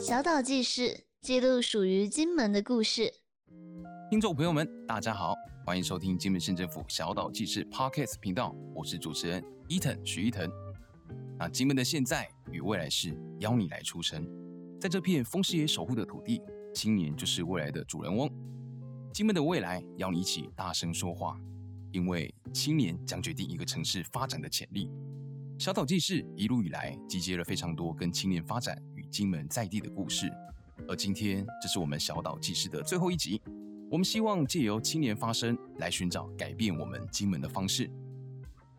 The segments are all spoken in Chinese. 小岛记事记录属于金门的故事。听众朋友们，大家好，欢迎收听金门县政府小岛纪事 Podcast 频道，我是主持人伊藤许伊藤。那金门的现在与未来是邀你来出生，在这片风师爷守护的土地，青年就是未来的主人翁。金门的未来要你一起大声说话，因为青年将决定一个城市发展的潜力。小岛纪事一路以来集结了非常多跟青年发展与金门在地的故事，而今天这是我们小岛纪事的最后一集。我们希望借由青年发声来寻找改变我们金门的方式。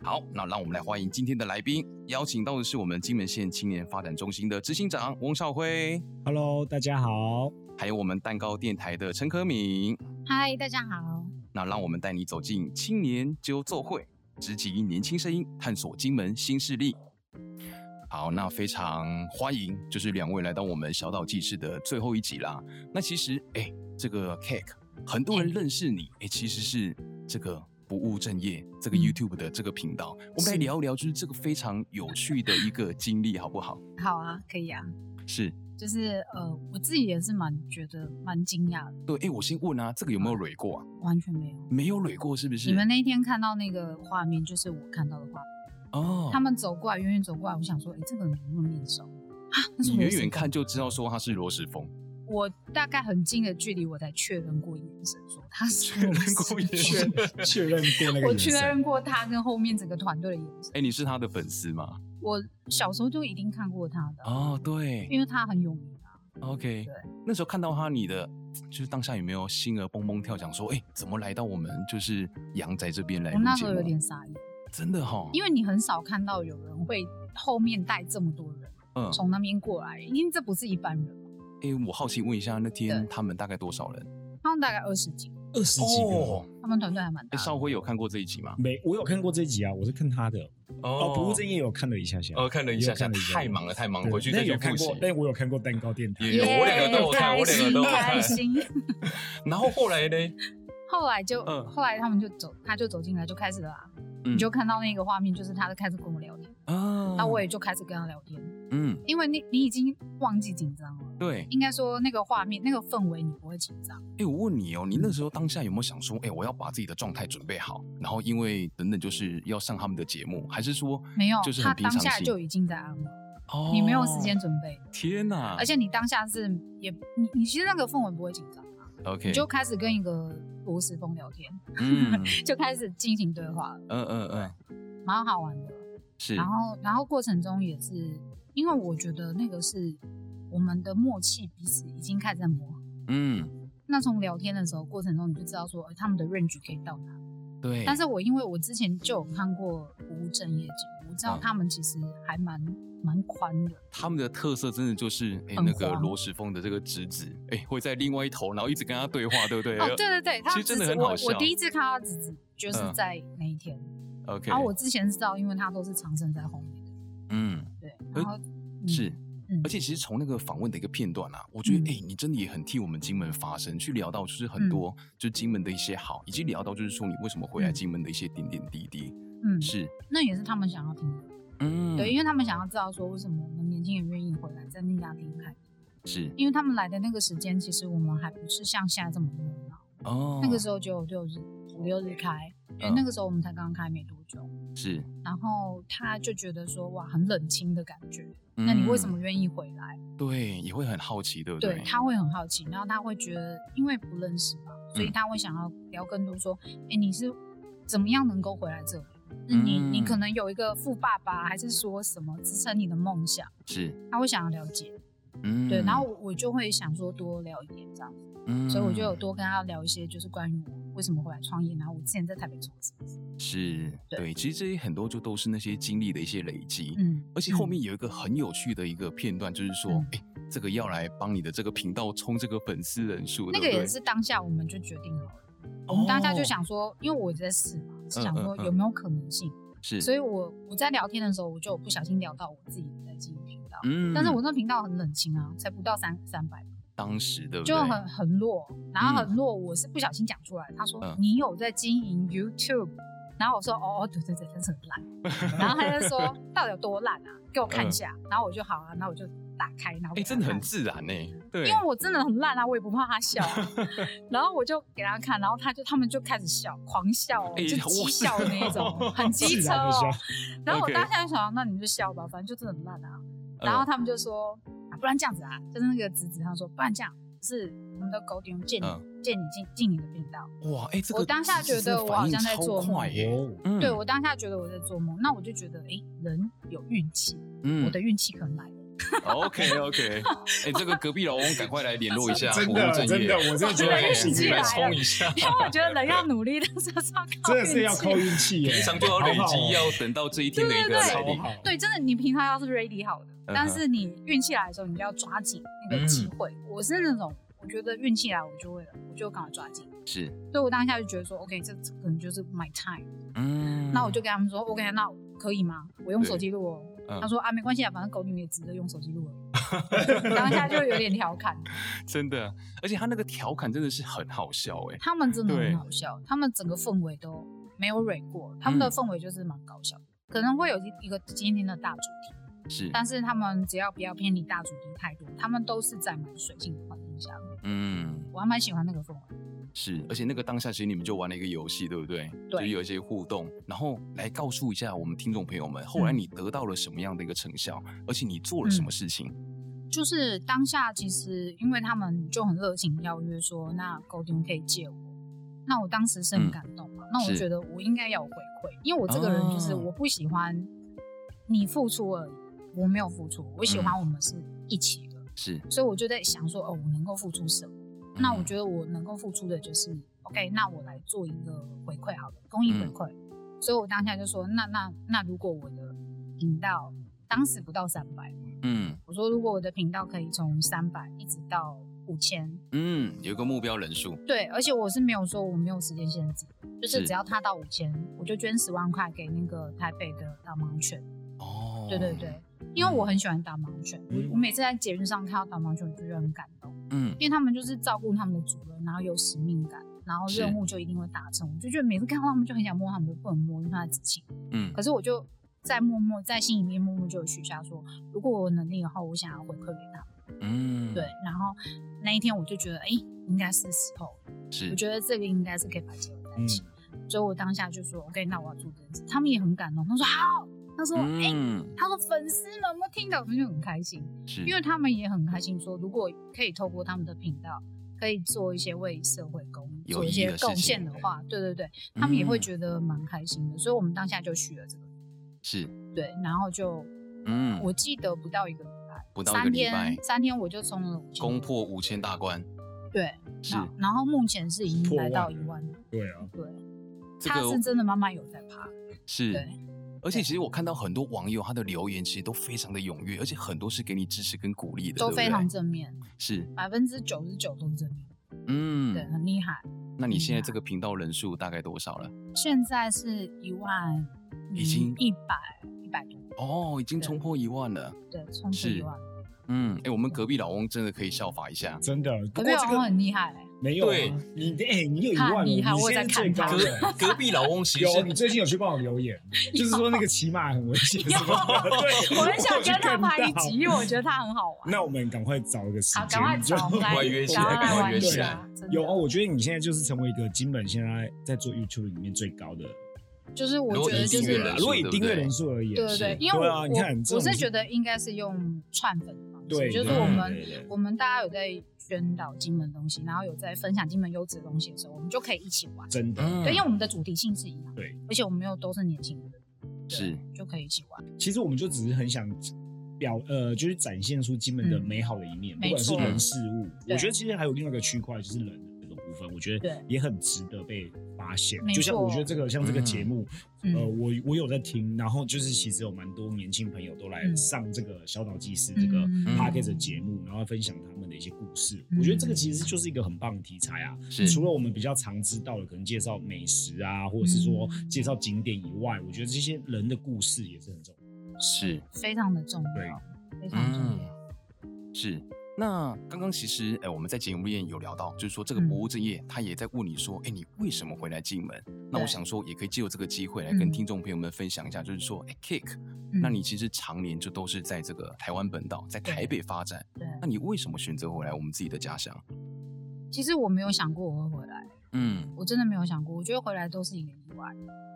好，那让我们来欢迎今天的来宾，邀请到的是我们金门县青年发展中心的执行长翁少辉， Hello，大 家好。还有我们蛋糕电台的陈可敏。嗨，大家好。那让我们带你走进青年纠奏会，直击年轻声音，探索金门新势力。好，那非常欢迎，就是两位来到我们小岛纪事的最后一集啦。那其实，哎、这个 Cake，很多人认识你，哎、其实是这个不务正业这个嗯 YouTube 的这个频道。我们来是聊一聊，就是这个非常有趣的一个经历，好不好？好啊，可以啊。是就是呃，我自己也是蛮觉得蛮惊讶的，对，哎、我先问啊，这个有没有蕊过啊？完全没有。没有蕊过，是不是？你们那一天看到那个画面，就是我看到的画面。哦，他们走过来，远远走过来，我想说，哎、这个人怎么那么面熟啊？那是你我远是远看就知道说他是罗时峰。我大概很近的距离，我才确认过眼神，说他是确认过眼确神确认过那个我眼确神，认过他跟后面整个团队的眼神哎、。你是他的粉丝吗？我小时候就一定看过他的，哦，对因为他很有名啊。 ，OK。那时候看到他，你的就是当下有没有心儿蹦蹦跳，想说，哎、怎么来到我们就是阳宅这边来我录那时节候有目？点傻眼，真的哈、哦，因为你很少看到有人会后面带这么多人。嗯，从那边过来，因为这不是一般人嘛，哎、我好奇问一下，那天对他们大概多少人？哦他们大概二十几，二十几个。，他们团队还蛮哎、大的。少辉有看过这一集吗？没，我有看过这集啊，我是看他的。哦，不务正业有看了一下下。哦，看了一下下，有看了一下太忙了，太忙，对回去再但去有看复习过。，但我有看过蛋糕电台。也有我两个都有看耶我两个都有看开心。开心 然后后来呢？后来就，嗯后来他们就走，他就走进来，就开始了啊、嗯你就看到那个画面，就是他开始跟我聊天，啊，那、我也就开始跟他聊天，嗯，因为你你已经忘记紧张了，对，应该说那个画面那个氛围你不会紧张，哎、我问你哦，嗯你那时候当下有没有想说，哎、我要把自己的状态准备好，然后因为等等就是要上他们的节目，还是说没有，就是他很平当常下心？就已经在安了，哦啊你没有时间。准备，天哪！而且你当下是也你你其实那个氛围不会紧张。 OK，你就开始跟一个罗时峰聊天， 嗯就开始进行对话了，嗯嗯嗯，蛮好玩的。是然后，然后过程中也是，因为我觉得那个是我们的默契，彼此已经开始在磨合。嗯那从聊天的时候过程中，你就知道说、呃他们的 range 可以到哪。对，但是我因为我之前就有看过《不务正业》节目，我知道嗯他们其实还蛮蛮宽的，他们的特色真的就是哎、很那个黄罗时峰的这个侄子哎、会在另外一头，然后一直跟他对话，对不对？哦，对对对，他其实真的侄子很好我笑我第一次看到他侄子就是嗯在那一天， OK，然后我之前知道，因为他都是长生在后面的，嗯对，呃然后、嗯是。嗯而且其实从那个访问的一个片段啊，我觉得嗯哎、诶你真的也很替我们金门发声，去聊到就是很多、就是金门的一些好，以及聊到就是说你为什么回来嗯金门的一些点点滴滴。嗯，是，那也是他们想要听的，嗯，对，因为他们想要知道说为什么我们年轻人愿意回来在那家听看，是因为他们来的那个时间，其实我们还不是像现在这么热闹，哦，嗯那个时候只有六日五六日开，因为那个时候我们才刚刚开没多久，是，然后他就觉得说哇，很冷清的感觉，那你为什么嗯？愿意回来？对，也会很好奇，对不对，他会很好奇，然后他会觉得因为不认识嘛，所以嗯他会想要聊更多说，哎、你是怎么样能够回来这里？那你你可嗯能有一个富爸爸，还是说什么支撑你的梦想？是，他会想要了解，嗯，对，然后我我就会想说多聊一点这样，嗯，所以我就有多跟他聊一些就是关于我为什么回来创业，然后我之前在台北做了什么事，是对对，其实这些很多就都是那些经历的一些累积，嗯，而且后面有一个很有趣的一个片段，就是说嗯，哎、这个要来帮你的这个频道冲这个粉丝人数，那个对不也对是当下我们就决定好了，我们当下就哦想说，因为我在试嘛，是想嗯说嗯有没有可能性，是，所以以我我在聊天的时候，我就有不小心聊到我自己在经营频道，嗯但是我那频道很冷清啊，才不到三三百，当时对不对？就很很弱，然后嗯很弱，我是不小心讲出来，他说、嗯你有在经营 YouTube，然后我说哦哦对对 对，但是很烂，然后他就说到底有多烂啊，给我看一下，然后我就好啊，然后我就打开，然嗯哎，后给他真的很看自然呢、欸对因，为我真的很烂啊，我也不怕他 笑啊、然后我就给他看，然后他就他们就开始笑，狂笑、哦，哎就我讥笑那一 种，很机自车然的哦。笑，然后我 OK 当下就想，那你就笑吧，反正就真的很烂啊。嗯呃然后他们就说，啊、不然这样子啊，就是那个侄子他说，不然这样，是我们的狗顶借你、嗯借你进进你的频道。嗯哇，哎、这个我当下这觉得这我反好应像在超做梦快耶、哦嗯对我当下觉得我在做梦，那我就觉得，哎、人有运气，嗯哦我的运气可能来 了。 OK OK，哎、这个隔壁老翁赶快来联络一下，真不务的正真业的，我真的觉得对很运幸气运来来 了冲一下，因为我觉得人要努力，但是就是要靠真的是要运气靠运气耶，平常就要累积，要等到这一天的一个对来超临。好，对，真的，你平常要是 ready 好的，嗯哼但是你运气来的时候，你就要抓紧那个机会。我是那种，我觉得运气来，我就会了，我就赶快抓紧。是，所以我当下就觉得说，OK，这这可能就是 my time。嗯那我就跟他们说，OK，那可以吗？我用对手机录哦。嗯他说啊，没关系啊，反正狗女也值得用手机录了。 当下就有点调侃，真的，而且他那个调侃真的是很好笑哎、他们真的对很好笑，他们整个氛围都没有蕊过，他们的嗯氛围就是蛮搞笑的，可能会有一一个今天的大主题。是，但是他们只要不要偏离大主题太多，他们都是在蛮随性的环境下，嗯，我还蛮喜欢那个氛围。是，而且那个当下其实你们就玩了一个游戏，对不对？对就有一些互动，然后来告诉一下我们听众朋友们，后来嗯你得到了什么样的一个成效，而且你做了什么事情？就是当下其实因为他们就很热情邀约说，那 g o l 可以借我，那我当时是很感动嘛，那嗯我是觉得我应该要有回馈，因为我这个人就是哦我不喜欢你付出而已，我没有付出，我嗯喜欢我们是一起的，是，所以我就在想说，哦，我能够付出什么？那我嗯觉得我能够付出的就是、OK，那我来做一个回馈好了，公益回嗯馈。所以我当下就说，那那那如果我的频道当时不到三百，嗯我说如果我的频道可以从三百一直到五千，嗯，有一个目标人数，对，而且我是没有说我没有时间限制，就是是只要他到五千，我就捐十万块给那个台北的导盲犬。哦，对对对，，因为我很喜欢导盲犬，嗯我我每次在节日上看到导盲犬，我就觉得很感动。嗯，因为他们就是照顾他们的主人，然后有使命感，然后是任务就一定会达成。我就觉得每次看到他们就很想摸他们，不能摸，因为他的执勤。嗯可是我就在默默在心里面默默就有许下说，如果我有能力的话，我想要回馈给他们。嗯，对，，然后那一天我就觉得，哎、应该是时候，是，我觉得这个应该是可以把它结合在一嗯，起。所以我当下就说，OK，那我要做这件事。他们也很感动，他说好，他说，哎、嗯，他说粉丝们我听到，我就很开心。是，因为他们也很开心说，如果可以透过他们的频道，可以做一些为社会公益、有做意一义些的事贡情嗯献的话，对对对，他们也会觉得蛮开心的。所以我们当下就去了这个，是，对，然后就嗯，我记得不到一个礼拜，不到一个三礼拜天，三天我就冲了五千攻破五千大关，对，是然后然后目前是已经破来到万一了万了，对啊，对，这他个嗯是真的慢慢有在爬，是对。而且其实我看到很多网友他的留言，其实都非常的踊跃，而且很多是给你支持跟鼓励的，都对不对非常正面，是，百分之九十九都是正面，对，嗯，很厉害。那你现在嗯这个频道人数大概多少了？现在是一万，已经一百一百多，哦，已经对冲破一万了。对，冲破是一万。嗯，哎，我们隔壁老翁真的可以效法一下，真的，不过隔壁这老公个很厉害、欸，没有啊对你，哎，你有一他万，很你厉害你我有现在在最看他高的。隔隔壁老翁其有，你实最近有去帮我留言， 就是说那个骑马很危险什么的。对， 我很想去跟他看拍一到集，因为我觉得他很好玩。那我们赶快找一个时好，间，赶快就找我们来，快约起赶来赶快玩约一起下来。真的 有哦，我觉得你现在就是成为一个金本现在在做 YouTube 里面最高的就是我如果觉以得订就阅是人数如果以对不订阅对人数而言，对对是对，因为对我啊你看这我我种是是觉得应该是用串粉的方式，对就是对我们对对对我们大家有在宣导金门的东西，然后有在分享金门优质的东西的时候，我们就可以一起玩。真的。嗯对，因为我们的主题性是一样，对，而且我们又都是年轻人，对是就可以一起玩。其实我们就只是很想表呃，就是展现出金门的美好的一面，不嗯管是没错人事物。对我觉得其实还有另外一个区块就是人的这个部分，我觉得对也很值得被发现。没错就像我觉得这个像这个节目，嗯呃，我我有在听，然后就是其实有蛮多年轻朋友都来嗯上这个小岛纪事这个嗯 p o d c a s 节目，然后分享他们的一些故事。嗯我觉得这个其实就是一个很棒的题材啊。是除了我们比较常知道的，可能介绍美食啊，或者是说嗯介绍景点以外，我觉得这些人的故事也是很重要。是，嗯非常的重要，非常重要。嗯，是。那刚刚其实，呃，我们在节目里面有聊到，就是说这个嗯博物正业，他也在问你说，哎，你为什么回来金门？那我对想说，也可以借由这个机会来跟嗯听众朋友们分享一下，就是说，哎，Kick，嗯那你其实常年就都是在这个台湾本岛，在对台北发展，对，那你为什么选择回来我们自己的家乡？其实我没有想过我会回来，嗯我真的没有想过，我觉得回来都是一个意外。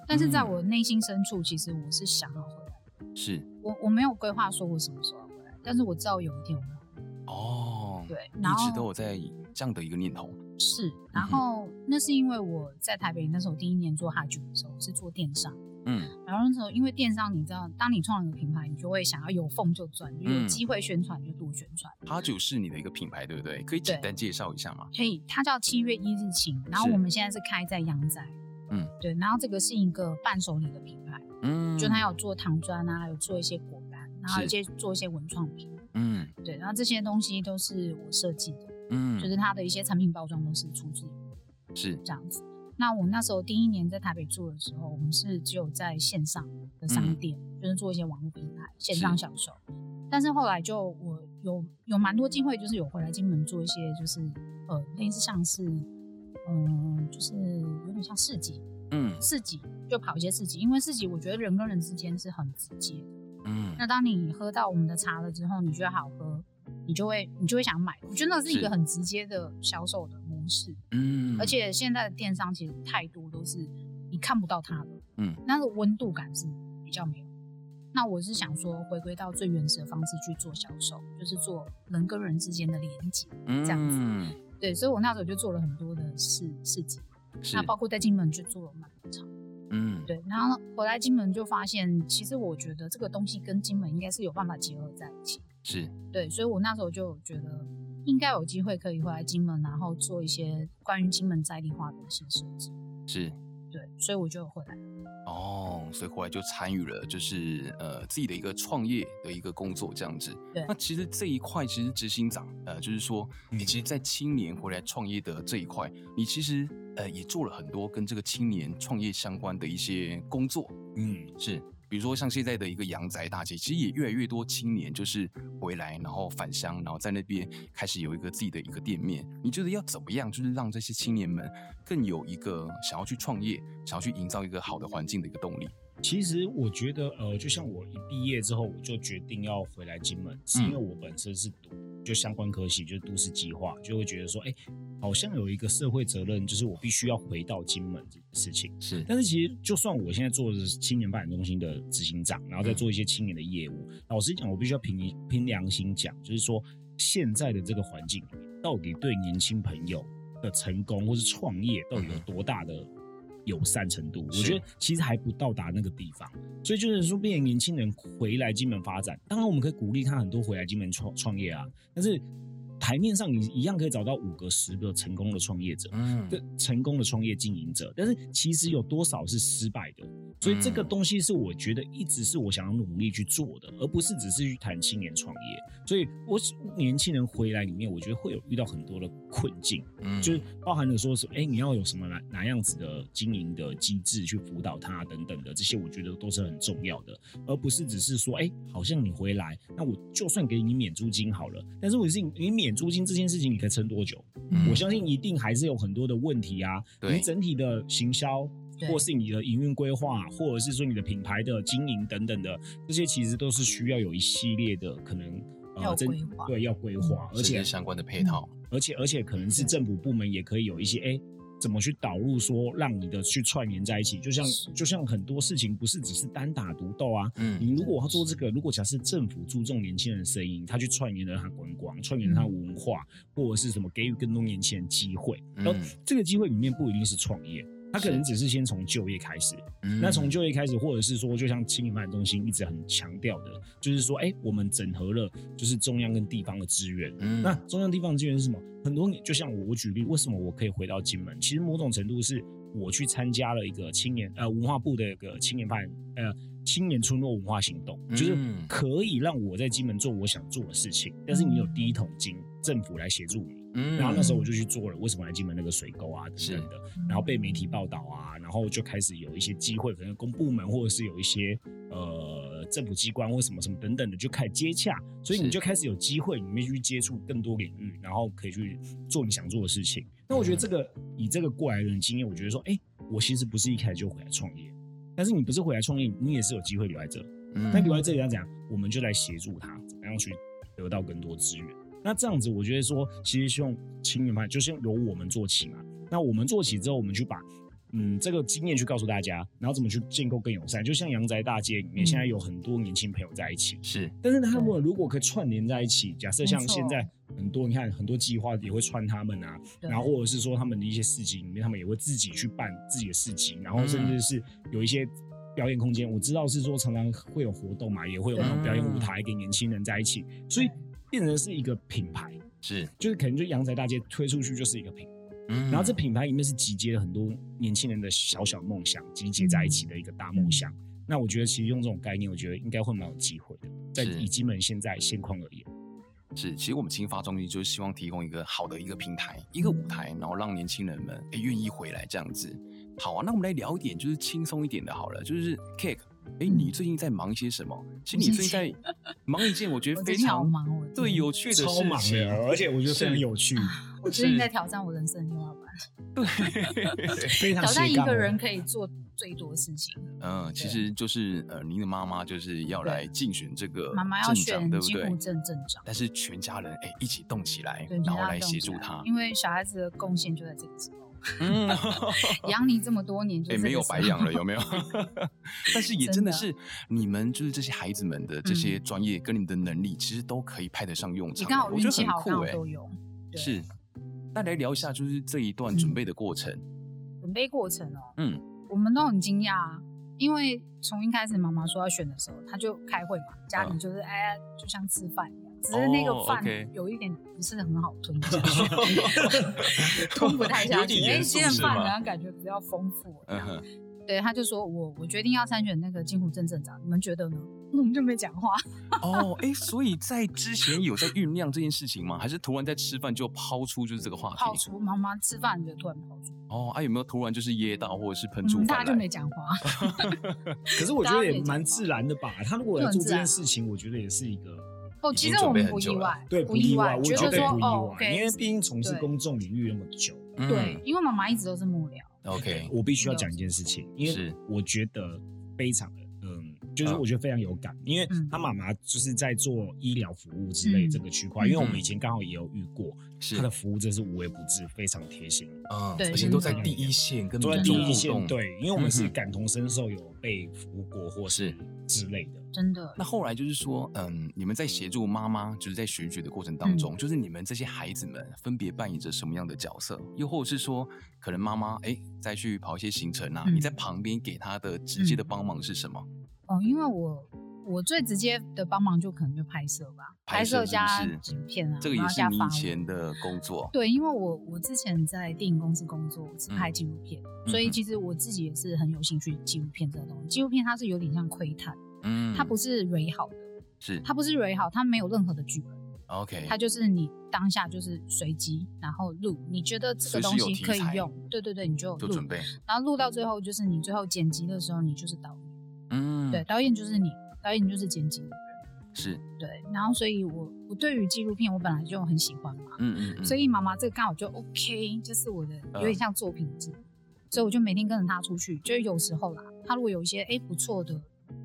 但是在嗯我内心深处，其实我是想要回来。是我我没有规划说我什么时候要回来，但是我知道有一天我会回来。哦，对，然一后直都有在这样的一个念头，是，然嗯哼后那是因为我在台北那时候第一年做哈酒的时候是做电商，嗯然后那时候因为电商，你知道，当你创了一个品牌，你就会想要有缝就钻，就有嗯机会宣传就多宣传。哈九是你的一个品牌，对不对？可以简对单介绍一下吗？所以它叫七月一日晴，然后是我们现在是开在阳仔，嗯，对，然后这个是一个伴手礼的品牌，嗯，就它有做糖砖啊，有做一些果干，然后是一些做一些文创品，嗯对，然后这些东西都是我设计的，嗯，就是它的一些产品包装都是出自于是这样子。那我那时候第一年在台北住的时候，我们是只有在线上的商店，就是做一些网络平台线上销售。但是后来就我有有蛮多机会，就是有回来金门做一些，就是呃类似像是嗯、就是有点像市集，嗯市集就跑一些市集，因为市集我觉得人跟人之间是很直接的。嗯那当你喝到我们的茶了之后，你觉得好喝，你就会你就会想买。我觉得那是一是个很直接的销售的模式。嗯，而且现在的电商其实太多都是你看不到它的，嗯，那个温度感是比较没有。那我是想说，回归到最原始的方式去做销售，就是做人跟人之间的连接。这样子嗯、对，所以我那时候就做了很多的事事情，是那包括在金门去做了蛮多场。嗯对，然后回来金门就发现，其实我觉得这个东西跟金门应该是有办法结合在一起。是对，所以我那时候就觉得应该有机会可以回来金门，然后做一些关于金门在地化的一些设计。是对，所以我就回来。哦，所以后来就参与了，就是呃自己的一个创业的一个工作这样子。对那其实这一块其实执行长呃就是说，你其实，在青年回来创业的这一块，你其实呃也做了很多跟这个青年创业相关的一些工作，嗯，是，比如说像现在的一个洋宅大街，其实也越来越多青年就是回来，然后返乡，然后在那边开始有一个自己的一个店面。你觉得要怎么样，就是让这些青年们更有一个想要去创业、想要去营造一个好的环境的一个动力？其实我觉得，呃，就像我一毕业之后，我就决定要回来金门，是因为我本身是读就相关科系，就是都市计划，就会觉得说，哎、好像有一个社会责任，就是我必须要回到金门这件事情。是但是其实，就算我现在做的是青年发展中心的执行长，然后嗯再做一些青年的业务，老实讲，我必须要凭凭良心讲，就是说现在的这个环境里面，到底对年轻朋友的成功或是创业到底有多大的友善程度？我嗯是觉得其实还不到达那个地方。所以就是说，变成年轻人回来金门发展，当然我们可以鼓励他很多回来金门创创业啊，但是台面上你一样可以找到五个、十个成功的创业者。嗯的成功的创业经营者，但是其实有多少是失败的？所以这个嗯东西是我觉得一直是我想要努力去做的，而不是只是去谈青年创业。所以我是年轻人回来里面，我觉得会有遇到很多的困境，嗯就是包含了说是，哎、你要有什么哪哪样子的经营的机制去辅导他等等的，这些我觉得都是很重要的，而不是只是说，哎、好像你回来，那我就算给你免租金好了，但是我是你免租金这件事情，你可以撑多久？嗯我相信一定还是有很多的问题啊，对你整体的行销，对或是你的营运规划，或者是说你的品牌的经营等等的，这些其实都是需要有一系列的可能。要呃，真规划嗯对要规划，而且甚至相关的配套，而且而且可能是政府部门也可以有一些哎。诶怎么去导入说让你的去串联在一起？就像是就像很多事情不是只是单打独斗啊。嗯你如果要做这个，如果假设政府注重年轻人的声音，他去串联了他观光，串联嗯了他文化，或者是什么给予更多年轻人机会。然后嗯这个机会里面不一定是创业，他可能是只是先从就业开始。嗯那从就业开始，或者是说，就像青年发展中心一直很强调的，就是说，哎、我们整合了就是中央跟地方的资源，嗯那中央地方资源是什么？很多就像我，我举例，为什么我可以回到金门？其实某种程度是我去参加了一个青年呃文化部的一个青年发展呃青年村落文化行动，就是嗯可以让我在金门做我想做的事情，但是你有第一桶金，政府来协助你。嗯然后那时候我就去做了，为什么来金门那个水沟啊等是等的，然后被媒体报道啊，然后就开始有一些机会，可能公部门或者是有一些呃政府机关或什么什么等等的就开始接洽，所以你是就开始有机会，你们去接触更多领域，然后可以去做你想做的事情。那我觉得嗯这个以这个过来人的经验，我觉得说，哎，我其实不是一开始就回来创业，但是你不是回来创业，你也是有机会留在这。那嗯留在这里要怎样？我们就来协助他，怎么样去得到更多资源。那这样子，我觉得说，其实是用青年派，就是由我们做起嘛。那我们做起之后，我们去把嗯这个经验去告诉大家，然后怎么去建构更友善。就像阳宅大街里面，嗯现在有很多年轻朋友在一起，是但是他们如果可以串联在一起，假设像没错现在很多你看很多计划也会串他们啊，对然后或者是说他们的一些市集里面，他们也会自己去办自己的市集，然后嗯甚至是有一些表演空间。我知道是说常常会有活动嘛，也会有那种表嗯演舞台给年轻人在一起，所以变成是一个品牌，是，就是可能就阳宅大街推出去就是一个品牌，嗯然后这品牌里面是集结了很多年轻人的小小梦想，集结在一起的一个大嗯梦想。那我觉得其实用这种概念，我觉得应该会蛮有机会的，在是以金门现在现况而言。是，其实我们青发中心就是希望提供一个好的一个平台，一个舞台，然后让年轻人们诶愿意回来这样子。好啊，那我们来聊一点就是轻松一点的好了，就是 Cake，哎，你最近在忙些什么？其实你最近在忙一件我觉得我非最近好常忙我嗯最对近有趣的事超忙情的，而且我觉得非常是有趣，我最近在挑战我人生的天花板，非常挑战斜一杠个哦人可以做最多事情。 嗯，其对实就是呃，您的妈妈就是要对来竞选这个妈妈要镇长，选对不金对湖？镇镇长，但是全家人哎一起动起来对，，然你后要来动协起助来 他。因为小孩子的贡献就在这个时候，嗯，养你这么多年，就哎，是没有这个白时养候了，有没有？ 但是也真真的的嗯是你们就是这些孩子们的这些专业跟你们的能力，其实都可以派得上用你场刚哎。好我运觉得气很好，刚酷好哎，都有。对是。那来聊一下，就是这一段准备的过 程。准备过程哦，嗯，我们都很惊讶啊，因为从一开始妈妈说要选的时候，她就开会嘛，家里嗯就是哎、就像吃饭一样，只是那哦个饭，OK 有一点不是很好吞 下去，吞不太下有去点，哎、严肃这顿是饭吗好像感觉比较丰富这嗯样。哼，对，他就说我我决定要参选那个金湖镇镇长，你们觉得呢？我们就没讲话，哦，哎，所以在之前有在酝酿这件事情吗？还是突然在吃饭就抛出就是这个话跑题？出妈妈吃饭就突然跑出，哦，啊，有没有突然就是噎到或者是喷出嗯，饭来？大家就没讲话。 可是我觉得也蛮自然的吧。他如果来做这啊件事情，我觉得也是一个哦，已其经实准我备们很不久意了外，对不意外，我觉觉得得说不意哦外，因为，OK，毕竟从事对公众领域那么久，嗯对，因为妈妈一直都是幕僚， ，OK，我必须要讲一件事情，因为是我觉得非常的。嗯，就是我觉得非常有感，因为嗯他妈妈就是在做医疗服务之类嗯这个区块，嗯因为我们以前刚好也有遇过，是他的服务真是无微不至，非常贴心，嗯，对而且真都的在第一线跟都在民第众一互线。动。，对，因为我们嗯是哼感同身受，有被服务过或是是之类的。真的那后来就是说，嗯，你们在协助妈妈，就是在选举的过程嗯当中，就是你们这些孩子们分别扮演着什么样的角色？又或者是说，可能妈妈哎再去跑一些行程啊，嗯你在旁边给她的直接的帮忙是什么？哦，因为我我最直接的帮忙就可能就拍摄吧，拍摄是摄不加是影片啊，这个也然后是加你发以文前的工作。对，因为我我之前在电影公司工作是拍嗯纪录片，所以嗯哼其实我自己也是很有兴趣纪录片这个东西。纪录片它是有点像窥探，嗯，它不是蕊好的，是它不是蕊好，它没有任何的剧本， OK，它就是你当下就是随机，然后录，你觉得这随个时东有西题可以材用，对对对，你就就录准，备，然后录到最后就是你最后剪辑的时候，你就是导演，嗯，对，，导演就是你，导演就是剪辑的人，是，对，然后所以我我对于纪录片我本来就很喜欢嘛，嗯嗯嗯，所以妈妈这个刚好就 OK，就是我的有点像作品集，所以我就每天跟着她出去，就是有时候啦，她如果有一些哎、诶不错的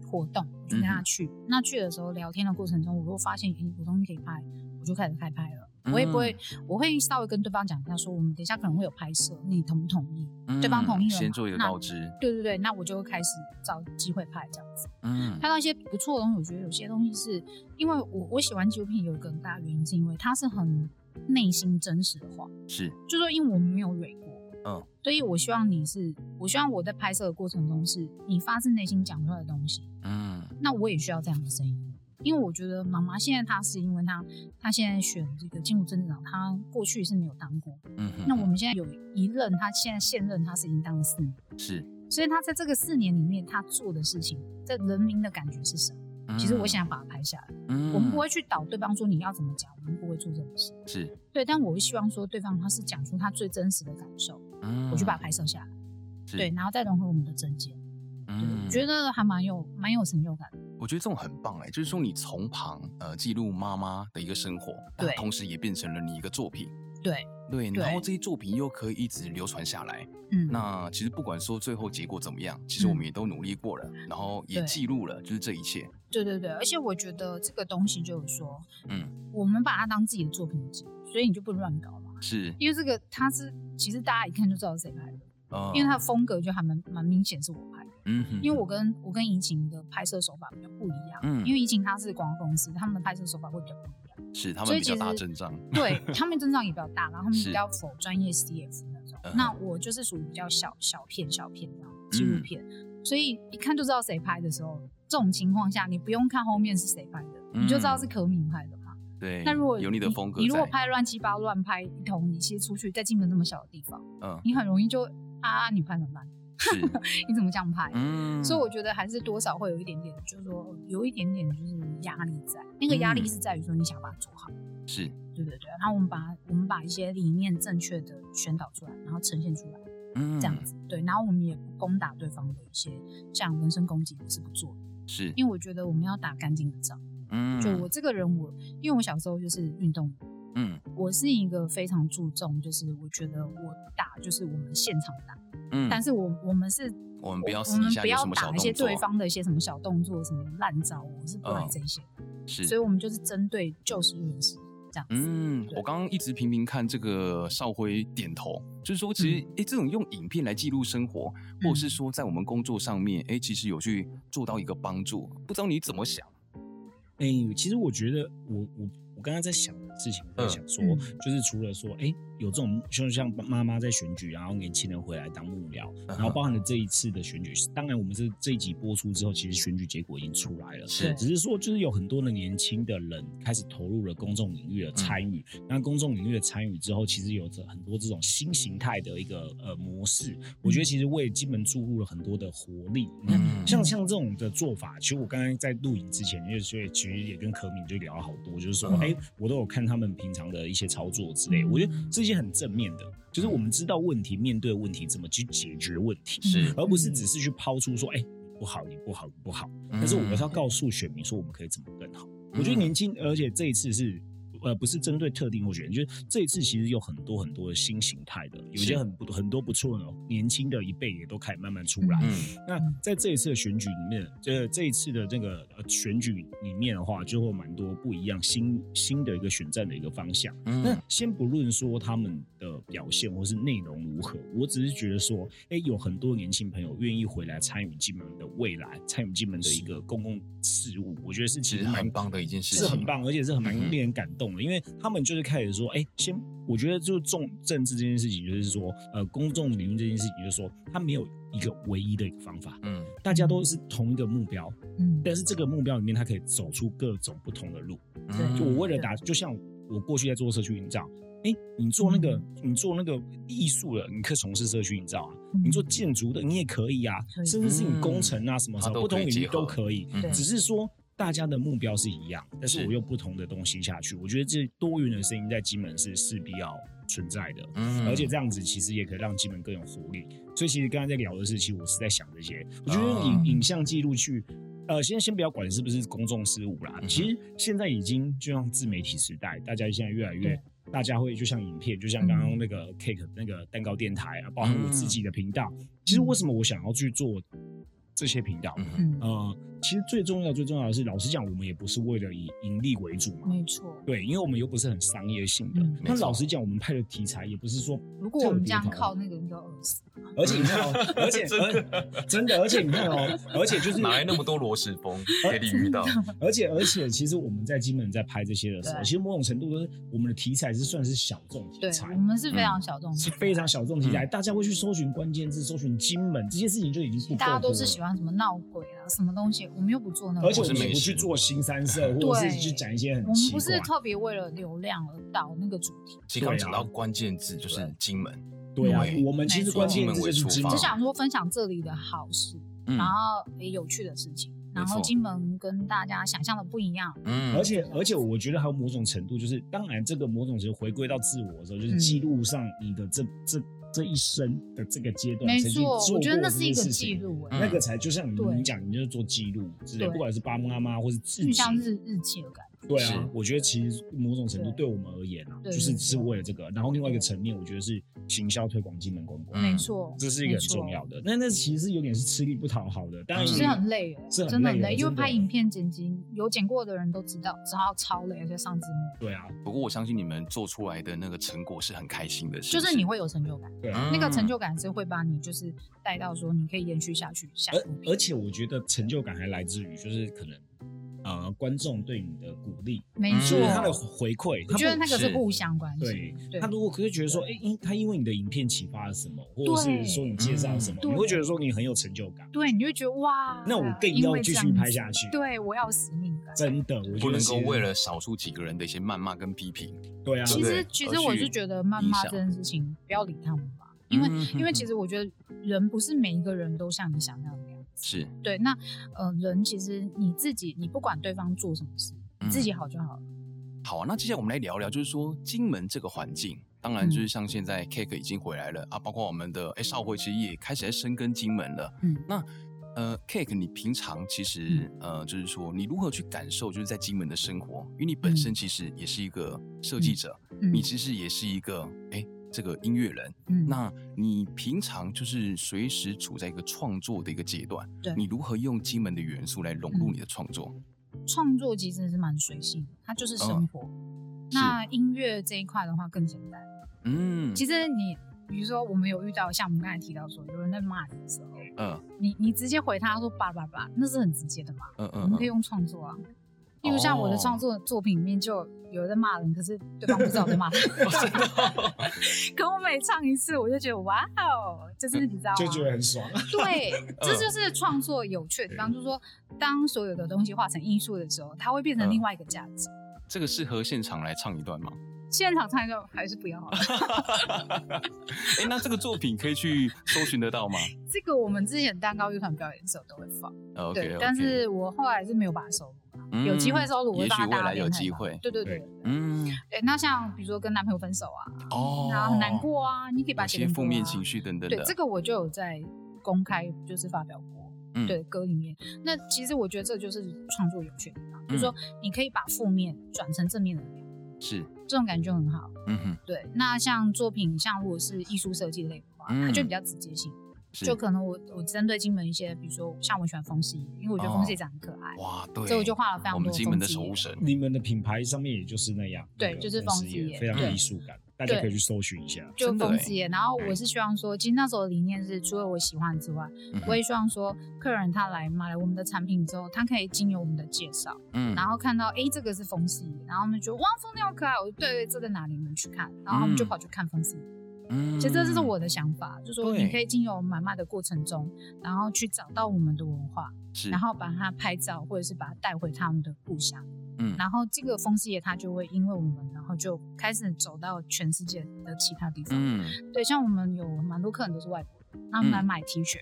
活动，我就跟嗯她去。那去的时候聊天的过程中，我如果发现哎、诶有东西可以拍，我就开始开拍了。嗯我也不会，我会稍微跟对方讲一下，说我们等一下可能会有拍摄，你同不同意？对方同意嗯了嘛先做一个那告知，对对对，那我就会开始找机会拍这样子。嗯看到一些不错的东西，我觉得有些东西是因为我我喜欢纪录片有一个很大的原因，是因为它是很内心真实的话。是，就说因为我们没有蕊过，嗯，所以我希望你是，我希望我在拍摄的过程中是你发自内心讲出来的东西，嗯那我也需要这样的声音。因为我觉得妈妈现在她是因为她她现在选这个进入政治党，她过去是没有当过。嗯哼，那我们现在有一任，她现在现任她是已经当了四年，是，所以她在这个四年里面她做的事情，在人民的感觉是什么？其实我想把它拍下来，嗯，我们不会去导对方说你要怎么讲，我们不会做这种事。是，对，但我会希望说对方他是讲出他最真实的感受，嗯，我就把它拍摄下来，是对，，然后再融合我们的证件，对，嗯，我觉得还蛮有蛮有成就感的。我觉得这种很棒哎、嗯就是说你从旁呃记录妈妈的一个生活，对那同时也变成了你一个作品，对，对，对然后这些作品又可以一直流传下来。嗯，那其实不管说最后结果怎么样，其实我们也都努力过了，然后也对记录了，就是这一切。对对对，而且我觉得这个东西就是说，嗯，我们把它当自己的作品集，所以你就不能乱搞嘛，是，因为这个它是其实大家一看就知道是谁拍的，呃，因为它的风格就还蛮蛮明显是我拍的，嗯哼，因为我跟我跟怡情的拍摄手法比较不一样，嗯因为怡情他是广告公司，他们的拍摄手法会比较不一样，是他所们以比较其大实阵仗， 对他们阵仗也比较大，然后他们是比较否专业 CF 那种，嗯哼那我就是属于比较小小片小片这样纪嗯录片，所以一看就知道谁拍的时候，这种情况下你不用看后面是谁拍的，你就知道是可敏拍的嘛。嗯对。那如果有你的风格在，你如果拍乱七八乱拍一通，你其实出去在金门那么小的地方， 嗯你很容易就啊，你拍怎么办？是，你怎么这样拍？嗯，所以我觉得还是多少会有一点点，就是说有一点点就是压力在，那个压力嗯是在于说你想把它做好，是，对对对。然后我们把我们把一些理念正确的宣导出来，然后呈现出来，嗯，这样子、对。然后我们也不攻打对方的一些像人身攻击，我是不做的，是，因为我觉得我们要打干净的仗。嗯，就我这个人我，因为我小时候就是运动嗯我是一个非常注重，就是我觉得我打就是我们现场打，嗯，但是我我们是，我们不要我私底们下不有要什么小打动一些作啊哦对，方的一些什么小动作、什么烂招，我是不来这些，是，所以我们就是针对就事论事这样子。嗯，对我刚刚一直频频看这个少辉点头，就是说，其实诶，这种用影片来记录生活，或者是说在我们工作上面，诶，其实有去做到一个帮助。不知道你怎么想？哎、其实我觉得我我我刚刚在想的事情，我在嗯想说，嗯就是除了说，哎、有这种就像妈妈在选举，然后年轻人回来当幕僚，然后包含了这一次的选举，当然我们这这一集播出之后，其实选举结果已经出来了。是只是说，就是有很多的年轻的人开始投入了公众领域的参与。那公众领域的参与之后，其实有着很多这种新形态的一个呃模式。我觉得其实为金门注入了很多的活力。你看，嗯像像这种的做法，其实我刚刚在录影之前，因为所以其实也跟可敏就聊了好多，就是说，嗯哎、我都有看他们平常的一些操作之类，嗯我觉得这些很正面的，就是我们知道问题，面对问题，怎么去解决问题，是而不是嗯只是去抛出说，哎、你不好，你不好，你不好。但是我嗯们是要告诉选民说，我们可以怎么更好。我觉得年轻，而且这一次是。呃，不是针对特定候选人，就是这一次其实有很多很多的新形态的，有一些是很不很多不错的哦年轻的一辈也都开始慢慢出来。嗯那在这一次的选举里面，这这一次的这个呃选举里面的话，就会有蛮多不一样新新的一个选战的一个方向。嗯那先不论说他们的表现或是内容如何，我只是觉得说，哎、有很多年轻朋友愿意回来参与金门的未来，参与金门的一个公共事务，我觉得是其其实实蛮很棒的一件事情，是很棒，而且是很蛮嗯哼令人感动的，因为他们就是开始说，哎、先，我觉得就重政治这件事情，就是说，呃，公众领域这件事情，就是说，它没有一个唯一的一个方法，嗯，大家都是同一个目标，嗯，但是这个目标里面，它可以走出各种不同的路。嗯，就我为了达，就像我过去在做社区营造，哎、你做那个，你做那个艺术了，你可以从事社区营造啊，嗯你做建筑的，你也可以啊，可以甚至是你工程啊，什么嗯它什么都不同可以领域结合都可以。嗯对只是说大家的目标是一样，但是是我用不同的东西下去，我觉得这多元的声音在金门是势必要存在的。嗯而且这样子其实也可以让金门更有活力。所以其实刚才在聊的是，其实我是在想这些，我觉得用啊影影像记录去。呃，先先不要管是不是公众事务啦，嗯哼其实现在已经就像自媒体时代，大家现在越来越对，嗯大家会就像影片，就像刚刚那个 Cake 那个蛋糕电台啊，包含我自己的频道。其实为什么我想要去做这些频道？嗯哼嗯，呃，其实最重要最重要的是，老实讲，我们也不是为了以盈利为主嘛。没错。对，因为我们又不是很商业性的。嗯没那错老实讲，我们拍的题材也不是说如果我们这样特别的靠那个，应该饿死。而且你看哦，而且而真的，而且你看哦，而且就是嗯哪来那么多螺丝风给你遇到？而且而且，其实我们在金门在拍这些的时候，对其实某种程度都是我们的题材是算是小众题对，嗯材我，嗯们是非常小众，是非常小众题材，大家会去搜寻关键字，搜寻金门这些事情就已经不够大家都多是了喜。欢什么闹鬼啊，什么东西，我们又不做那个。而且我或是们也美不食嗯去做新三色，或者是去讲一些很嗯我们奇不是怪，特别为了流量而导那个主题，其实刚刚讲到关键字就是金门，对啊对，我们其实关键字就是金以门只，想说分享这里的好事，嗯然后也有趣的事情，然没后错金门跟大家想象的不一样，嗯而且而且，我觉得嗯还有某种程度，就是当然这个某种程度回归到自我的时候，就是记录上你的这这这一生的这个阶段没曾经错，做我觉得过那这是一件个事记情录哎、嗯那个才就像你对你讲，你就是做记录之类，对不管是爸妈妈或是自就己，像日日记的感觉。对是啊，我觉得其实某种程度对对我们而言啊，就对是对是对为了这个。然后另外一个层面，我觉得是行销推广金门观光，嗯没错，这是一个很没错重要的。那那其实有点是吃力不讨好的，当然嗯其实很累耶，哦是很真的很累的哦累，因为真的拍影片剪辑，有剪过的人都知道，然后超累，而且上字幕，对啊，不过我相信你们做出来的那个成果是很开心的，就是是你会有成就感，对啊。那个成就。就感是会把你就是带到说你可以延续下去下一部而而且我觉得成就感还来自于就是可能。呃，观众对你的鼓励，没嗯就错是，他的回馈，哦我觉得那个是是互相关系，对对他如果可以觉得说，哎、因他因为你的影片启发了什么，或者是对说你介绍了什么，嗯你会对觉得说你很有成就感。对，你就会觉得哇，那我更因要为继这续样拍子下去。，对我要死命感。真的，我觉不得能其够实为了少数几个人的一些谩骂跟批评，对啊，其对实不对其而实我去是觉得谩骂影响这件事情不要理他们吧，因为嗯因为嗯其嗯实我觉得人不是每一个人都像你想象的那样子。是对，那呃，人其实你自己，你不管对方做什么事，你嗯自己好就好了。好啊。那接下来我们来聊聊，就是说金门这个环境，当然嗯就是像现在 K K 已经回来了、啊，包括我们的哎少会其实也开始在深耕金门了。嗯那呃 K K 你平常其实、呃就是说你如何去感受就是在金门的生活，因为你本嗯身其实也是一个设计者，嗯你其实也是一个哎这个音乐人，嗯，那你平常就是随时处在一个创作的一个阶段，对你如何用金门的元素来融入嗯你的创作？创作其实是蛮随性的，它就是嗯生活。是那音乐这一块的话更简单。嗯，其实你比如说，我们有遇到像我们刚才提到说，有人在骂你的时候，嗯你你直接回他说“爸爸爸”，那是很直接的嘛。嗯我嗯哦们可嗯，以用创作啊，例如像我的创作作品里面就有人在骂人，可是对方不知道我在骂他。哦 可我每唱一次，我就觉得哇哦，就是你知道吗？就觉得很 爽。对，这嗯就是创作有趣的地方，就是说，当所有的东西化成艺术的时候，它会变成嗯另外一个价值。这个适合现场来唱一段 吗？现场唱一段还是不要 好了。哎、那这个作品可以去搜寻得到吗这个我们之前蛋糕乐团表演的时候都会放，呃？OK，, 对 o k 但是我后来是没有把它收录嗯啊，有机会收录，我也会许未帮大家来有练看机看会。对对对，嗯，对。那像比如说跟男朋友分手啊，哦，然后很难，过啊，你可以有把它写些成负歌面啊情绪等等的。对，这个我就有在公开就是发表过，嗯对歌里面。那其实我觉得这就是创作有趣的地方，就是说嗯你可以把负面转成正面的力量，是，这种感觉很好。嗯哼，对，那像作品，像如果是艺术设计类的话，它就嗯比较直接性，是就可能我我针对金门一些，比如说像我喜欢风师爷，因为我觉得风师哦爷长得很可爱，哇，对，所以我就画了非我常们多金门的风守纪护耶神，你们的品牌上面也就是那样，对那个就是方方式师也爷非常有对艺术感，大家对可以去搜寻一下。就真的风欸师爷。然后对我是希望说，其实那时候的理念是，除了我喜欢之外，嗯我哼也希望说，客人他来买了我们的产品之后，他可以经由我们的介绍。嗯然后看到哎、诶这个是风系，然后他们觉得哇风力好可爱，我说对对，这个哪里你们去看，然后他们就嗯跑去看风系。嗯其实这就是我的想法，就是说对你可以经由买卖的过程中，然后去找到我们的文化，是，然后把它拍照或者是把它带回他们的故乡，嗯然后这个风系它就会因为我们，然后就开始走到全世界的其他地方。嗯，对，像我们有蛮多客人都是外国人，他们来嗯买 T 恤，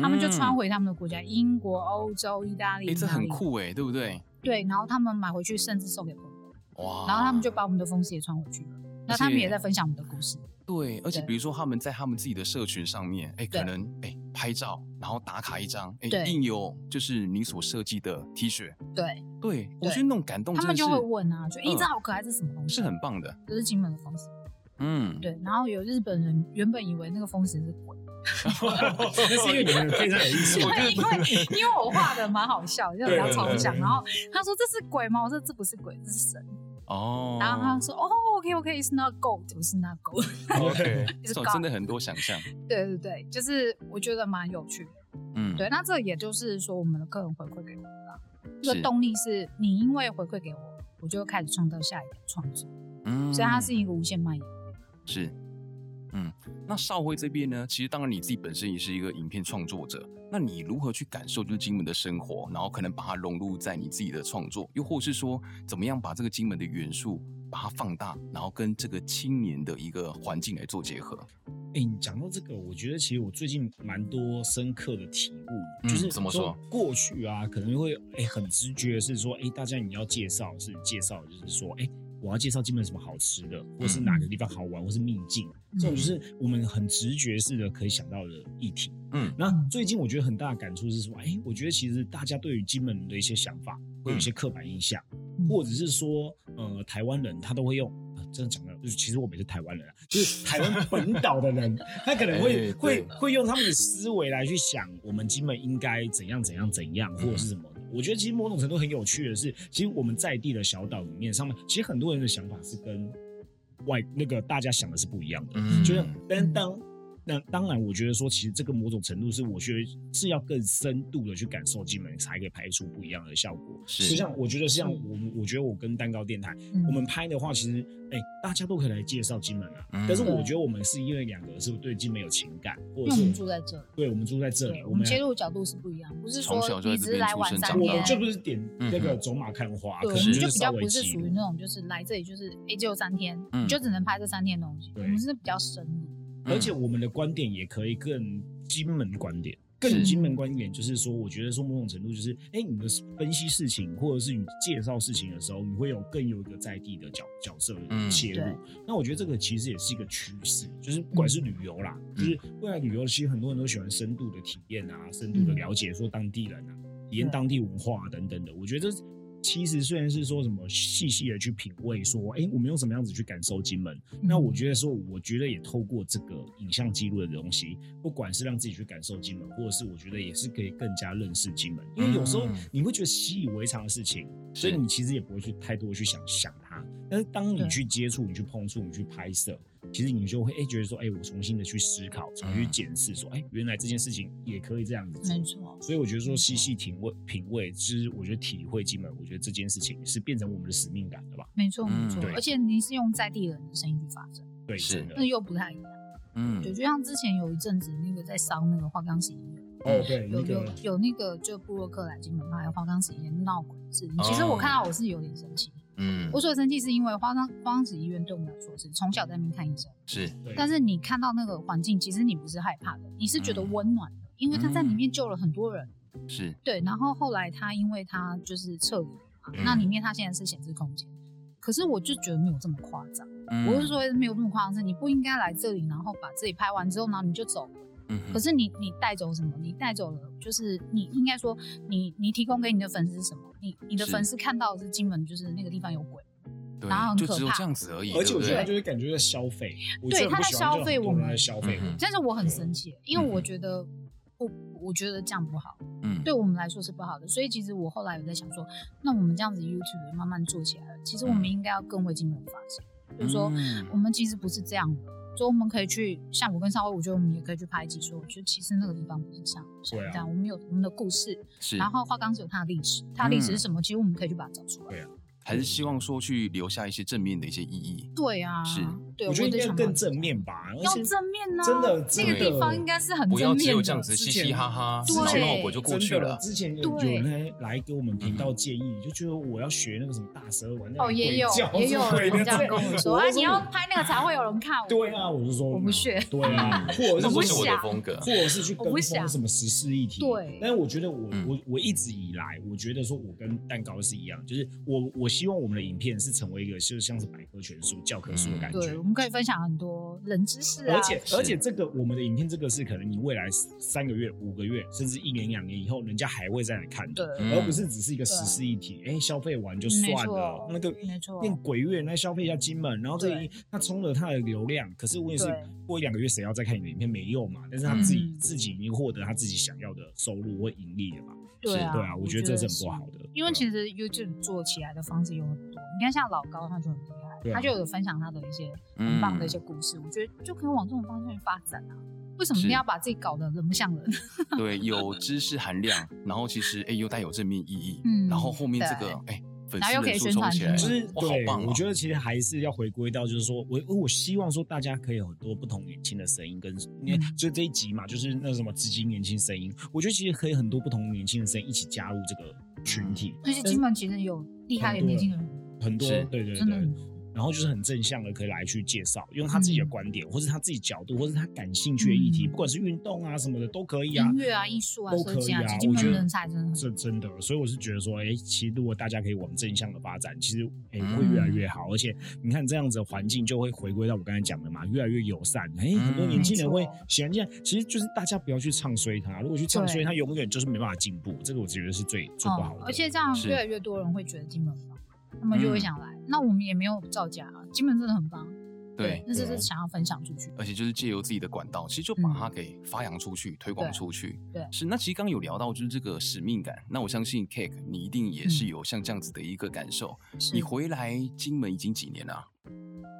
他们就穿回他们的国家，英国、欧洲、意大利，哎、这哪很里。酷哎、对不对？对，然后他们买回去，甚至送给朋友。哇！然后他们就把我们的风丝也穿回去了。那他们也在分享我们的故事，对，而且对比如说他们在他们自己的社群上面，哎，可对能哎拍照，然后打卡一张，哎，对印有就是你所设计的 T 恤。对对，我对觉得那种感动他真的们是就会问啊，就诶、嗯这好可爱，这是什么东西？是很棒的。这是金门的风丝。嗯，对，然后有日本人原本以为那个风丝是鬼， 那哦是因为你们非常有艺 术 因感。为因为因为我画的蛮好笑，就比较抽象。对然后他说这是鬼吗？我说这不是鬼，这是神。哦，然后他说哦，OK OK，it's not gold，我是 not gold。 OK，一这直种搞真的很多想象。 对对对，就是我觉得蛮有趣的。嗯，对，那这也就是说我们的客人回馈给我们啦。这是个动力是你因为回馈给我，我就开始创造下一个创作。嗯，所以它是一个无限蔓延。是，嗯，那少辉这边呢，其实当然你自己本身也是一个影片创作者，那你如何去感受就是金门的生活，然后可能把它融入在你自己的创作，又或是说怎么样把这个金门的元素把它放大，然后跟这个青年的一个环境来做结合，哎、你讲到这个，我觉得其实我最近蛮多深刻的体悟，嗯就是怎么说过去啊，可能会哎、很直觉是说，哎、大家你要介绍是介绍，就是说，哎、我要介绍金门什么好吃的，嗯或是哪个地方好玩，或是秘境，嗯这种就是我们很直觉式的可以想到的议题。嗯那最近我觉得很大的感触是说，哎，我觉得其实大家对于金门的一些想法，会有一些刻板印象，嗯或者是说，呃，台湾人他都会用。啊真的讲的，就是其实我们也是台湾 人啊，就是台湾本岛的人，他可能会、哎会对会用他们的思维来去想我们金门应该怎样怎样怎样，或者嗯是什么的。我觉得其实某种程度很有趣的是，其实我们在地的小岛里面上面，其实很多人的想法是跟外那个大家想的是不一样的。嗯就是，但当那当然，我觉得说，其实这个某种程度是，我觉得是要更深度的去感受金门，才可以拍出不一样的效果。是就像我觉得像嗯我们，我觉得我跟蛋糕电台，嗯我们拍的话，其实哎、大家都可以来介绍金门啊。嗯但是我对觉得我们是因为两个是对金门有情感，或者因为我们是住在这里，对我们住在这里，对，我们切还入的角度是不一样，不是说从小就在你这只边是来出玩生三长我天们大，就不是点那个嗯哼走马看花，对，可我能们是就比稍较微不是记属于录那种就是来这里就是哎只有三天，嗯你就只能拍这三天的东西，我对们是比较深入，而且我们的观点也可以更金门观点。更是金门观点就是说，我觉得说某种程度就是，哎、你的分析事情或者是你介绍事情的时候，你会有更有一个在地的角角色嗯切入。对那我觉得这个其实也是一个趋势，就是不管是旅游啦，就是未来旅游，其实很多人都喜欢深度的体验啊，深度的嗯了解说当地人啊，体验对当地文化、啊、等等的。我觉得这其实虽然是说什么细细的去品味，说，哎、我们用什么样子去感受金门，那我觉得说，我觉得也透过这个影像记录的东西，不管是让自己去感受金门，或者是我觉得也是可以更加认识金门，因为有时候嗯你会觉得习以为常的事情，所以是你其实也不会去太多去想想它。但是当你对去接触、你去碰触、你去拍摄，其实你就会哎、觉得说，哎、我重新的去思考，重新去嗯检视，说，哎、原来这件事情也可以这样子做没。错，所以我觉得嗯说细细品味品味，就是我觉得体会金门，我觉得这件事情是变成我们的使命感的吧？没错嗯没错对，而且你是用在地人的声音去发声，对，是真的那。又不太一样。嗯对，就像之前有一阵子那个在烧那个花岗石医院，哦，对，那有有个有那个就布洛克来金门拍花岗石医院闹鬼事情，其实我看到我是有点生气。嗯我，所以生气是因为花岗花岗石医院对我们来说是从小在那边看医生，是对但是你看到那个环境，其实你不是害怕的，你是觉得嗯温暖的，因为他在里面救了很多人。是，对，然后后来他因为他就是撤离了嘛，嗯那里面他现在是闲置空间。可是我就觉得没有这么夸张，嗯我是，说没有这么夸张，是你不应该来这里，然后把自己拍完之后，然后你就走了嗯哼可是你你带走什么？你带走了，就是你应该说你你提供给你的粉丝是什么？你你的是粉丝看到的是金门，就是那个地方有鬼，对然后很就可只有怕这样子而已，而且我觉得他对不对就是感觉在消费，我对就很他不在喜欢消费这种很多我人们在消费我嗯们。但是我很生气，因为嗯我觉得不，我觉得这样不好，嗯，对我们来说是不好的。所以其实我后来有在想说，那我们这样子 YouTube 慢慢做起来了，其实我们嗯应该要更为金门发声，就是说嗯我们其实不是这样的，所以我们可以去像我跟邵薇，我觉得我们也可以去拍几说，我觉得其实那个地方不是像像对啊这样，我们有我们的故事，是，然后花岗石有它的历史，它的历史嗯是什么？其实我们可以去把它找出来。对啊还是希望说去留下一些正面的一些意义，对啊，是对，我觉得在应该想更法是正这样面吧，而要且正面呢、真的那个真的地方应该是很不要正只面有的。这样子之嘻前嘻哈哈，对闹啊闹鬼就过去真的了，嗯之前有对人来给我们频道建议，就觉得我要学那个什么大蛇丸，那哦，种也有鬼叫也有鬼人的这样跟我说，我啊，就你要拍那个才会有人看我。对啊，我就说我不屑对啊，或者那是不说是什我么的想风格，或者是去哦我跟不想风什么时事议题。对但是我觉得我、嗯我我一直以来，我觉得说我跟蛋糕是一样，就是我我希望我们的影片是成为一个就是像是百科全书、教科书的感觉。嗯对，我们可以分享很多冷知识啊。而且是而且这个我们的影片这个是可能你未来三个月、五个月，甚至一年、两年以后，人家还会再来看对嗯嗯的。，而不是只是一个时事议题，哎、消费完就算了。那没错个没错变鬼月，那消费一下金门，然后这里他充了他的流量，可是问题是对过一两个月谁要再看你的影片没用嘛？但是他自己、嗯自己已经获得他自己想要的收入或盈利了嘛？对啊，对啊，我觉得这是很不好是。的，因为对啊其实 YouTube 做起来的方式有很多，你看像老高他就很厉对害，啊他就有分享他的一些很棒的嗯一些故事，我觉得就可以往这种方向去发展啊。为什么一定是要把自己搞得人不像人？对，有知识含量，然后其实哎又带有正面意义，嗯然后后面这对个哎粉然后丝又可以人数宣冲传起出来，去就是哇好对棒哦，我觉得其实还是要回归到，就是说我我希望说大家可以有很多不同年轻的声音跟，因为嗯就这一集嘛，就是那什么知己年轻声音，我觉得其实可以很多不同年轻的声音一起加入这个群体，嗯而且金门其实有厉害的年轻人，很多是对对真的对很。多。然后就是很正向的可以来去介绍，用他自己的嗯观点，或是他自己角度，或是他感兴趣的议题，嗯不管是运动啊什么的都可以啊音。乐啊、艺术啊，都设可以计啊，啊其实金我门觉得人才真的很这真的，所以我是觉得说，哎，其实如果大家可以往正向的发展，其实哎嗯会越来越好，而且你看这样子的环境就会回归到我刚才讲的嘛，越来越友善。哎，很多嗯年轻人会没错喜欢这样，其实就是大家不要去唱衰他，如果去唱衰对他，永远就是没办法进步，这个我觉得是最最不好嗯的。而且这样是越来越多人会觉得金门棒，他们就会嗯想来。那我们也没有造假啊，金门真的很棒。对，那对就是啊想要分享出去。而且就是借由自己的管道，其实就把它给发扬出去、推广嗯对出去。对是。那其实刚刚有聊到就是这个使命感，那我相信 Cake 你一定也是有像这样子的一个感受。嗯是你回来金门已经几年了啊、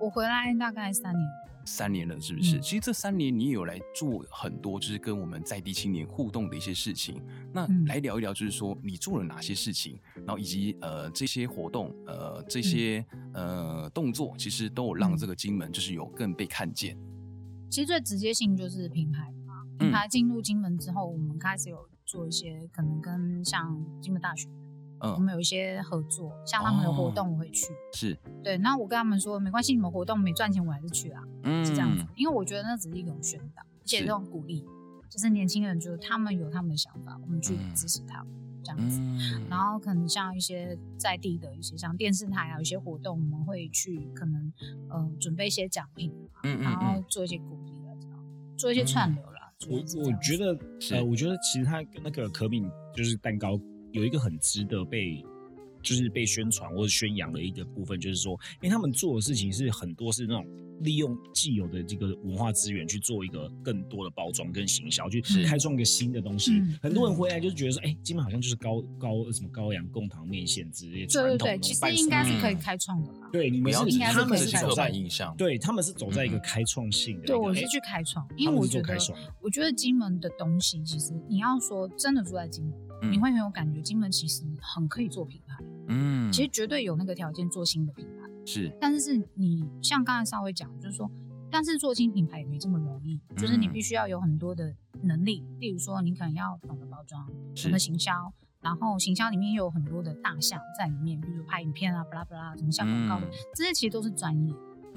我回来大概三年，三年了，是不是？嗯其实这三年你也有来做很多，就是跟我们在地青年互动的一些事情。那嗯来聊一聊，就是说你做了哪些事情，然后以及呃这些活动，呃这些、呃动作，其实都有让嗯这个金门就是有更被看见。其实最直接性就是品牌嘛。嗯品牌进入金门之后，我们开始有做一些可能跟像金门大学，我嗯，们有一些合作，像他们有活哦动我会去。是，对，那我跟他们说没关系，你们活动没赚钱我还是去啊，嗯，是这样子，因为我觉得那只是一种宣导，而且是这种鼓励，就是年轻人觉得他们有他们的想法，我们去嗯支持他们这样子。嗯，然后可能像一些在地的一些像电视台啊，有一些活动，我们会去可能呃准备一些奖品啊，嗯然嗯后嗯，做一些鼓励啊，这样做一些串流啦。我就是这我样觉得，是呃，我觉得其实它跟那个可饼就是蛋糕有一个很值得被，就是被宣传或者宣扬的一个部分，就是说，因为他们做的事情是很多是那种利用既有的这个文化资源去做一个更多的包装跟行销，去是开创一个新的东西。嗯很多人回来就是觉得说，哎、金门好像就是高高什么高粱贡糖面线之类的对传对统对，的其那实种应该是可以嗯开创的啦。对你不们要是只应该是是他们可的以是开刻走在板印象，对，他们是走在一个开创性的一个，对，我是哎去开创，他因为们我是做觉开得创的，我觉得金门的东西，其实你要说真的住在金门，嗯，你会很有感觉，金门其实很可以做品牌，嗯，其实绝对有那个条件做新的品牌。是但是你像刚才稍微讲，就是说，但是做新品牌也没这么容易，就是你嗯必须要有很多的能力，例如说你可能要懂得包装、懂是，得行销，然后行销里面又有很多的大项在里面，比如拍影片啊、巴拉巴拉，什么下广告的，嗯这些其实都是专业。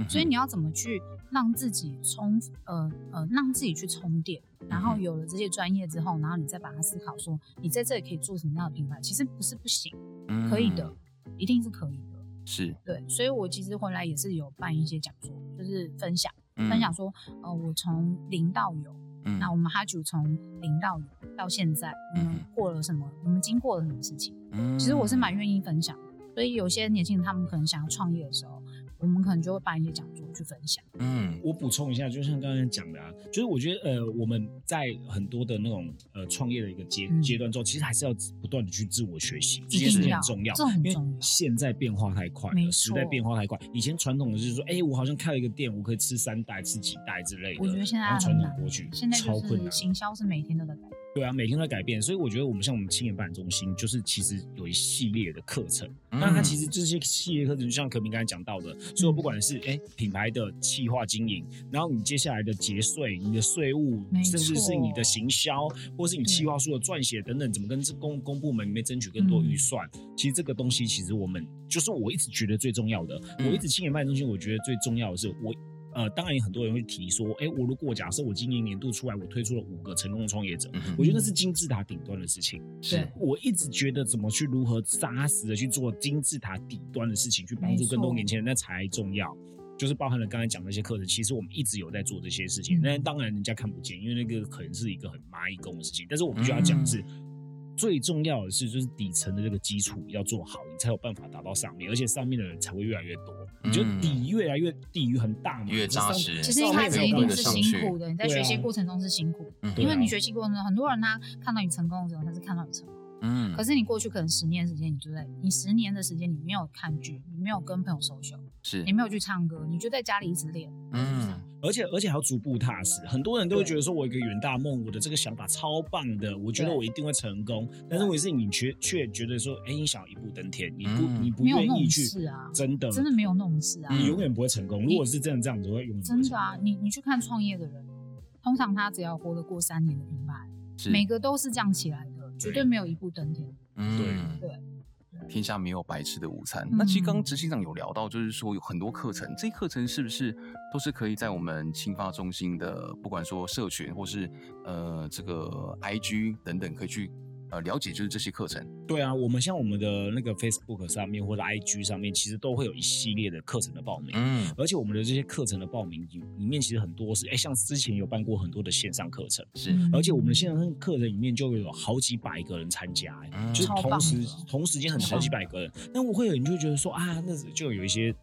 所以嗯你要怎么去让自己充呃呃让自己去充电，然后嗯哼有了这些专业之后，然后你再把它思考说你在这里可以做什么样的品牌，其实不是不行，哼可以的嗯，一定是可以的。是对，所以我其实回来也是有办一些讲座，就是分享、分享，说，呃，我从零到有，嗯那我们哈九从零到有到现在，我嗯们哼过了什么，我们经过了什么事情，嗯其实我是蛮愿意分享的。所以有些年轻人他们可能想要创业的时候，我们可能就会办一些讲座去分享。嗯我补充一下，就像刚才讲的啊，就是我觉得呃，我们在很多的那种呃创业的一个阶嗯阶段之后，其实还是要不断的去自我学习，这一件事定情要很重要这。很因为重要现在变化太快没了，时代错变化太快。以前传统的就是说，哎、我好像开了一个店，我可以吃三代、吃几代之类的。我觉得现然在后传很统难过去，现在超就困是难。行销是每天都在改变。对啊，每天都在改变，所以我觉得我们像我们青年发展中心，就是其实有一系列的课程。那嗯它其实这些系列课程，就像可明刚才讲到的，所有不管是哎、品牌的企划经营，然后你接下来的节税、你的税务，没甚至是你的错行销，或是你企划书的撰写等等，怎么跟这公公部门里面争取更多预嗯算？其实这个东西，其实我们就是我一直觉得最重要的，嗯我一直青年发展中心，我觉得最重要的是我。呃，当然，很多人会提说，哎、我如果假设我今年年度出来，我推出了五个成功的创业者，嗯哼我觉得那是金字塔顶端的事情。是我一直觉得怎么去如何扎实的去做金字塔底端的事情，去帮助更多没错年轻人，那才重要。就是包含了刚才讲的那些课程，其实我们一直有在做这些事情。嗯那、当然人家看不见，因为那个可能是一个很蚂蚁工的事情。但是我必须要讲的是，最重要的是就是底层的这个基础要做好，你才有办法达到上面，而且上面的人才会越来越多。你就嗯底越来越底越很大嘛，越这上扎实其实一上面开始才有一办定法是上辛去苦的，你在对学啊习过程中是辛苦的，嗯对因为啊你学习过程中，很多人他看到你成功的时候，他是看到你成功。嗯可是你过去可能十年时间，你就在你十年的时间，你没有看剧，你没有跟朋友 social，是你没有去唱歌，你就在家里一直练。嗯而且而且还要逐步踏实。很多人都会对觉得说，我有一个远大梦，我的这个想法超棒的，我觉得对我一定会成功。但是问题是你却却觉得说，哎，你想要一步登天，你不、嗯你不没有愿那意种去，事啊真的真的没有那种事啊嗯你永远不会成功。如果是真的这样子，我会永远不真会的成啊，你你去看创业的人，通常他只要活得过三年的品牌，是每个都是这样起来的，绝对没有一步登天。嗯对对天下没有白吃的午餐。嗯那其实刚刚执行长有聊到，就是说有很多课程，这些课程是不是都是可以在我们青发中心的，不管说社群或是呃这个 IG 等等，可以去呃了解，就是这些课程。对啊，我们像我们的那个 Facebook 上面或者 IG 上面，其实都会有一系列的课程的报名。嗯，而且我们的这些课程的报名里里面，其实很多是哎，像之前有办过很多的线上课程，是，嗯而且我们的线上课程里面就有好几百个人参加、哎嗯就是超棒同时同时间很超好棒几百个人。那我会有人就会觉得说啊，那就有一些。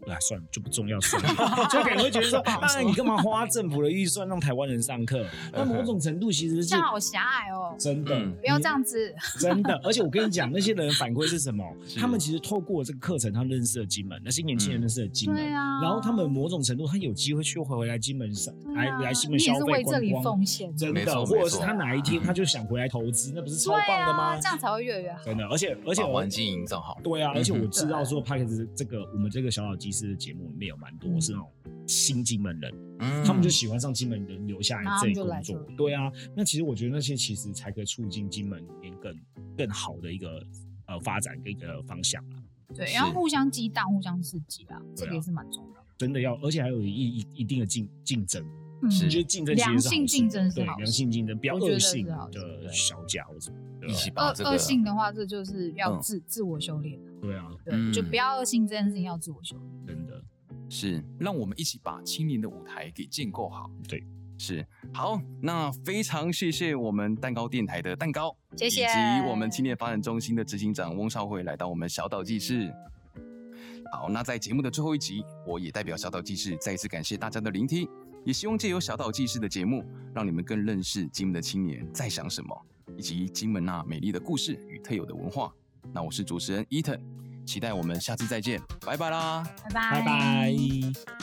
不啊，算了，就不重要，算了， 就可能会觉 得说，啊，你干嘛花政府的预算让台湾人上课？那某种程度其实这是样好狭隘哦，真的嗯，不要这样子。真的，而且我跟你讲，那些人反馈是什么是？他们其实透过这个课程，他认识了金门，那些年轻人嗯认识了金门，对啊然后他们某种程度，他有机会去回回来金门上，来来金啊你门也消是费为这里观光，奉献，真没错的，或没者错是他哪一天嗯他就想回来 投资，那不是超对棒的吗啊，？这样才会越来越好。真的，而且而且把我环境营造好。对啊，而且嗯我哼知道说 p a r k e 这个我们这个小小技师的节目里面有蛮多是那种新金门人，嗯他们就喜欢上金门人留下来然后这他里们就来工这作里。对啊，那其实我觉得那些其实才可以促进金门里面更更好的一个呃发展跟一个方向啊。对，是然后互相激荡，互相刺激啊，这个也是蛮重要的。真的要，而且还有一一一定的竞竞争，嗯是我觉得竞争其实是好事良性竞争是对好事良性竞争，不要我觉得恶性是好事的对小家伙什么的，一对起啊把恶这呃恶个性的话，这就是要嗯自自我修炼，对啊，对，嗯就不要恶性这件事情要自我修炼。真的，是让我们一起把青年的舞台给建构好。对，是好。那非常谢谢我们蛋糕电台的蛋糕，谢谢以及我们青年发展中心的执行长翁少慧来到我们小岛记事。嗯好，那在节目的最后一集，我也代表小岛记事再一次感谢大家的聆听，也希望借由小岛记事的节目，让你们更认识金门的青年在想什么，以及金门那美丽的故事与特有的文化。那我是主持人伊藤，期待我们下次再见，拜拜啦。拜拜拜拜。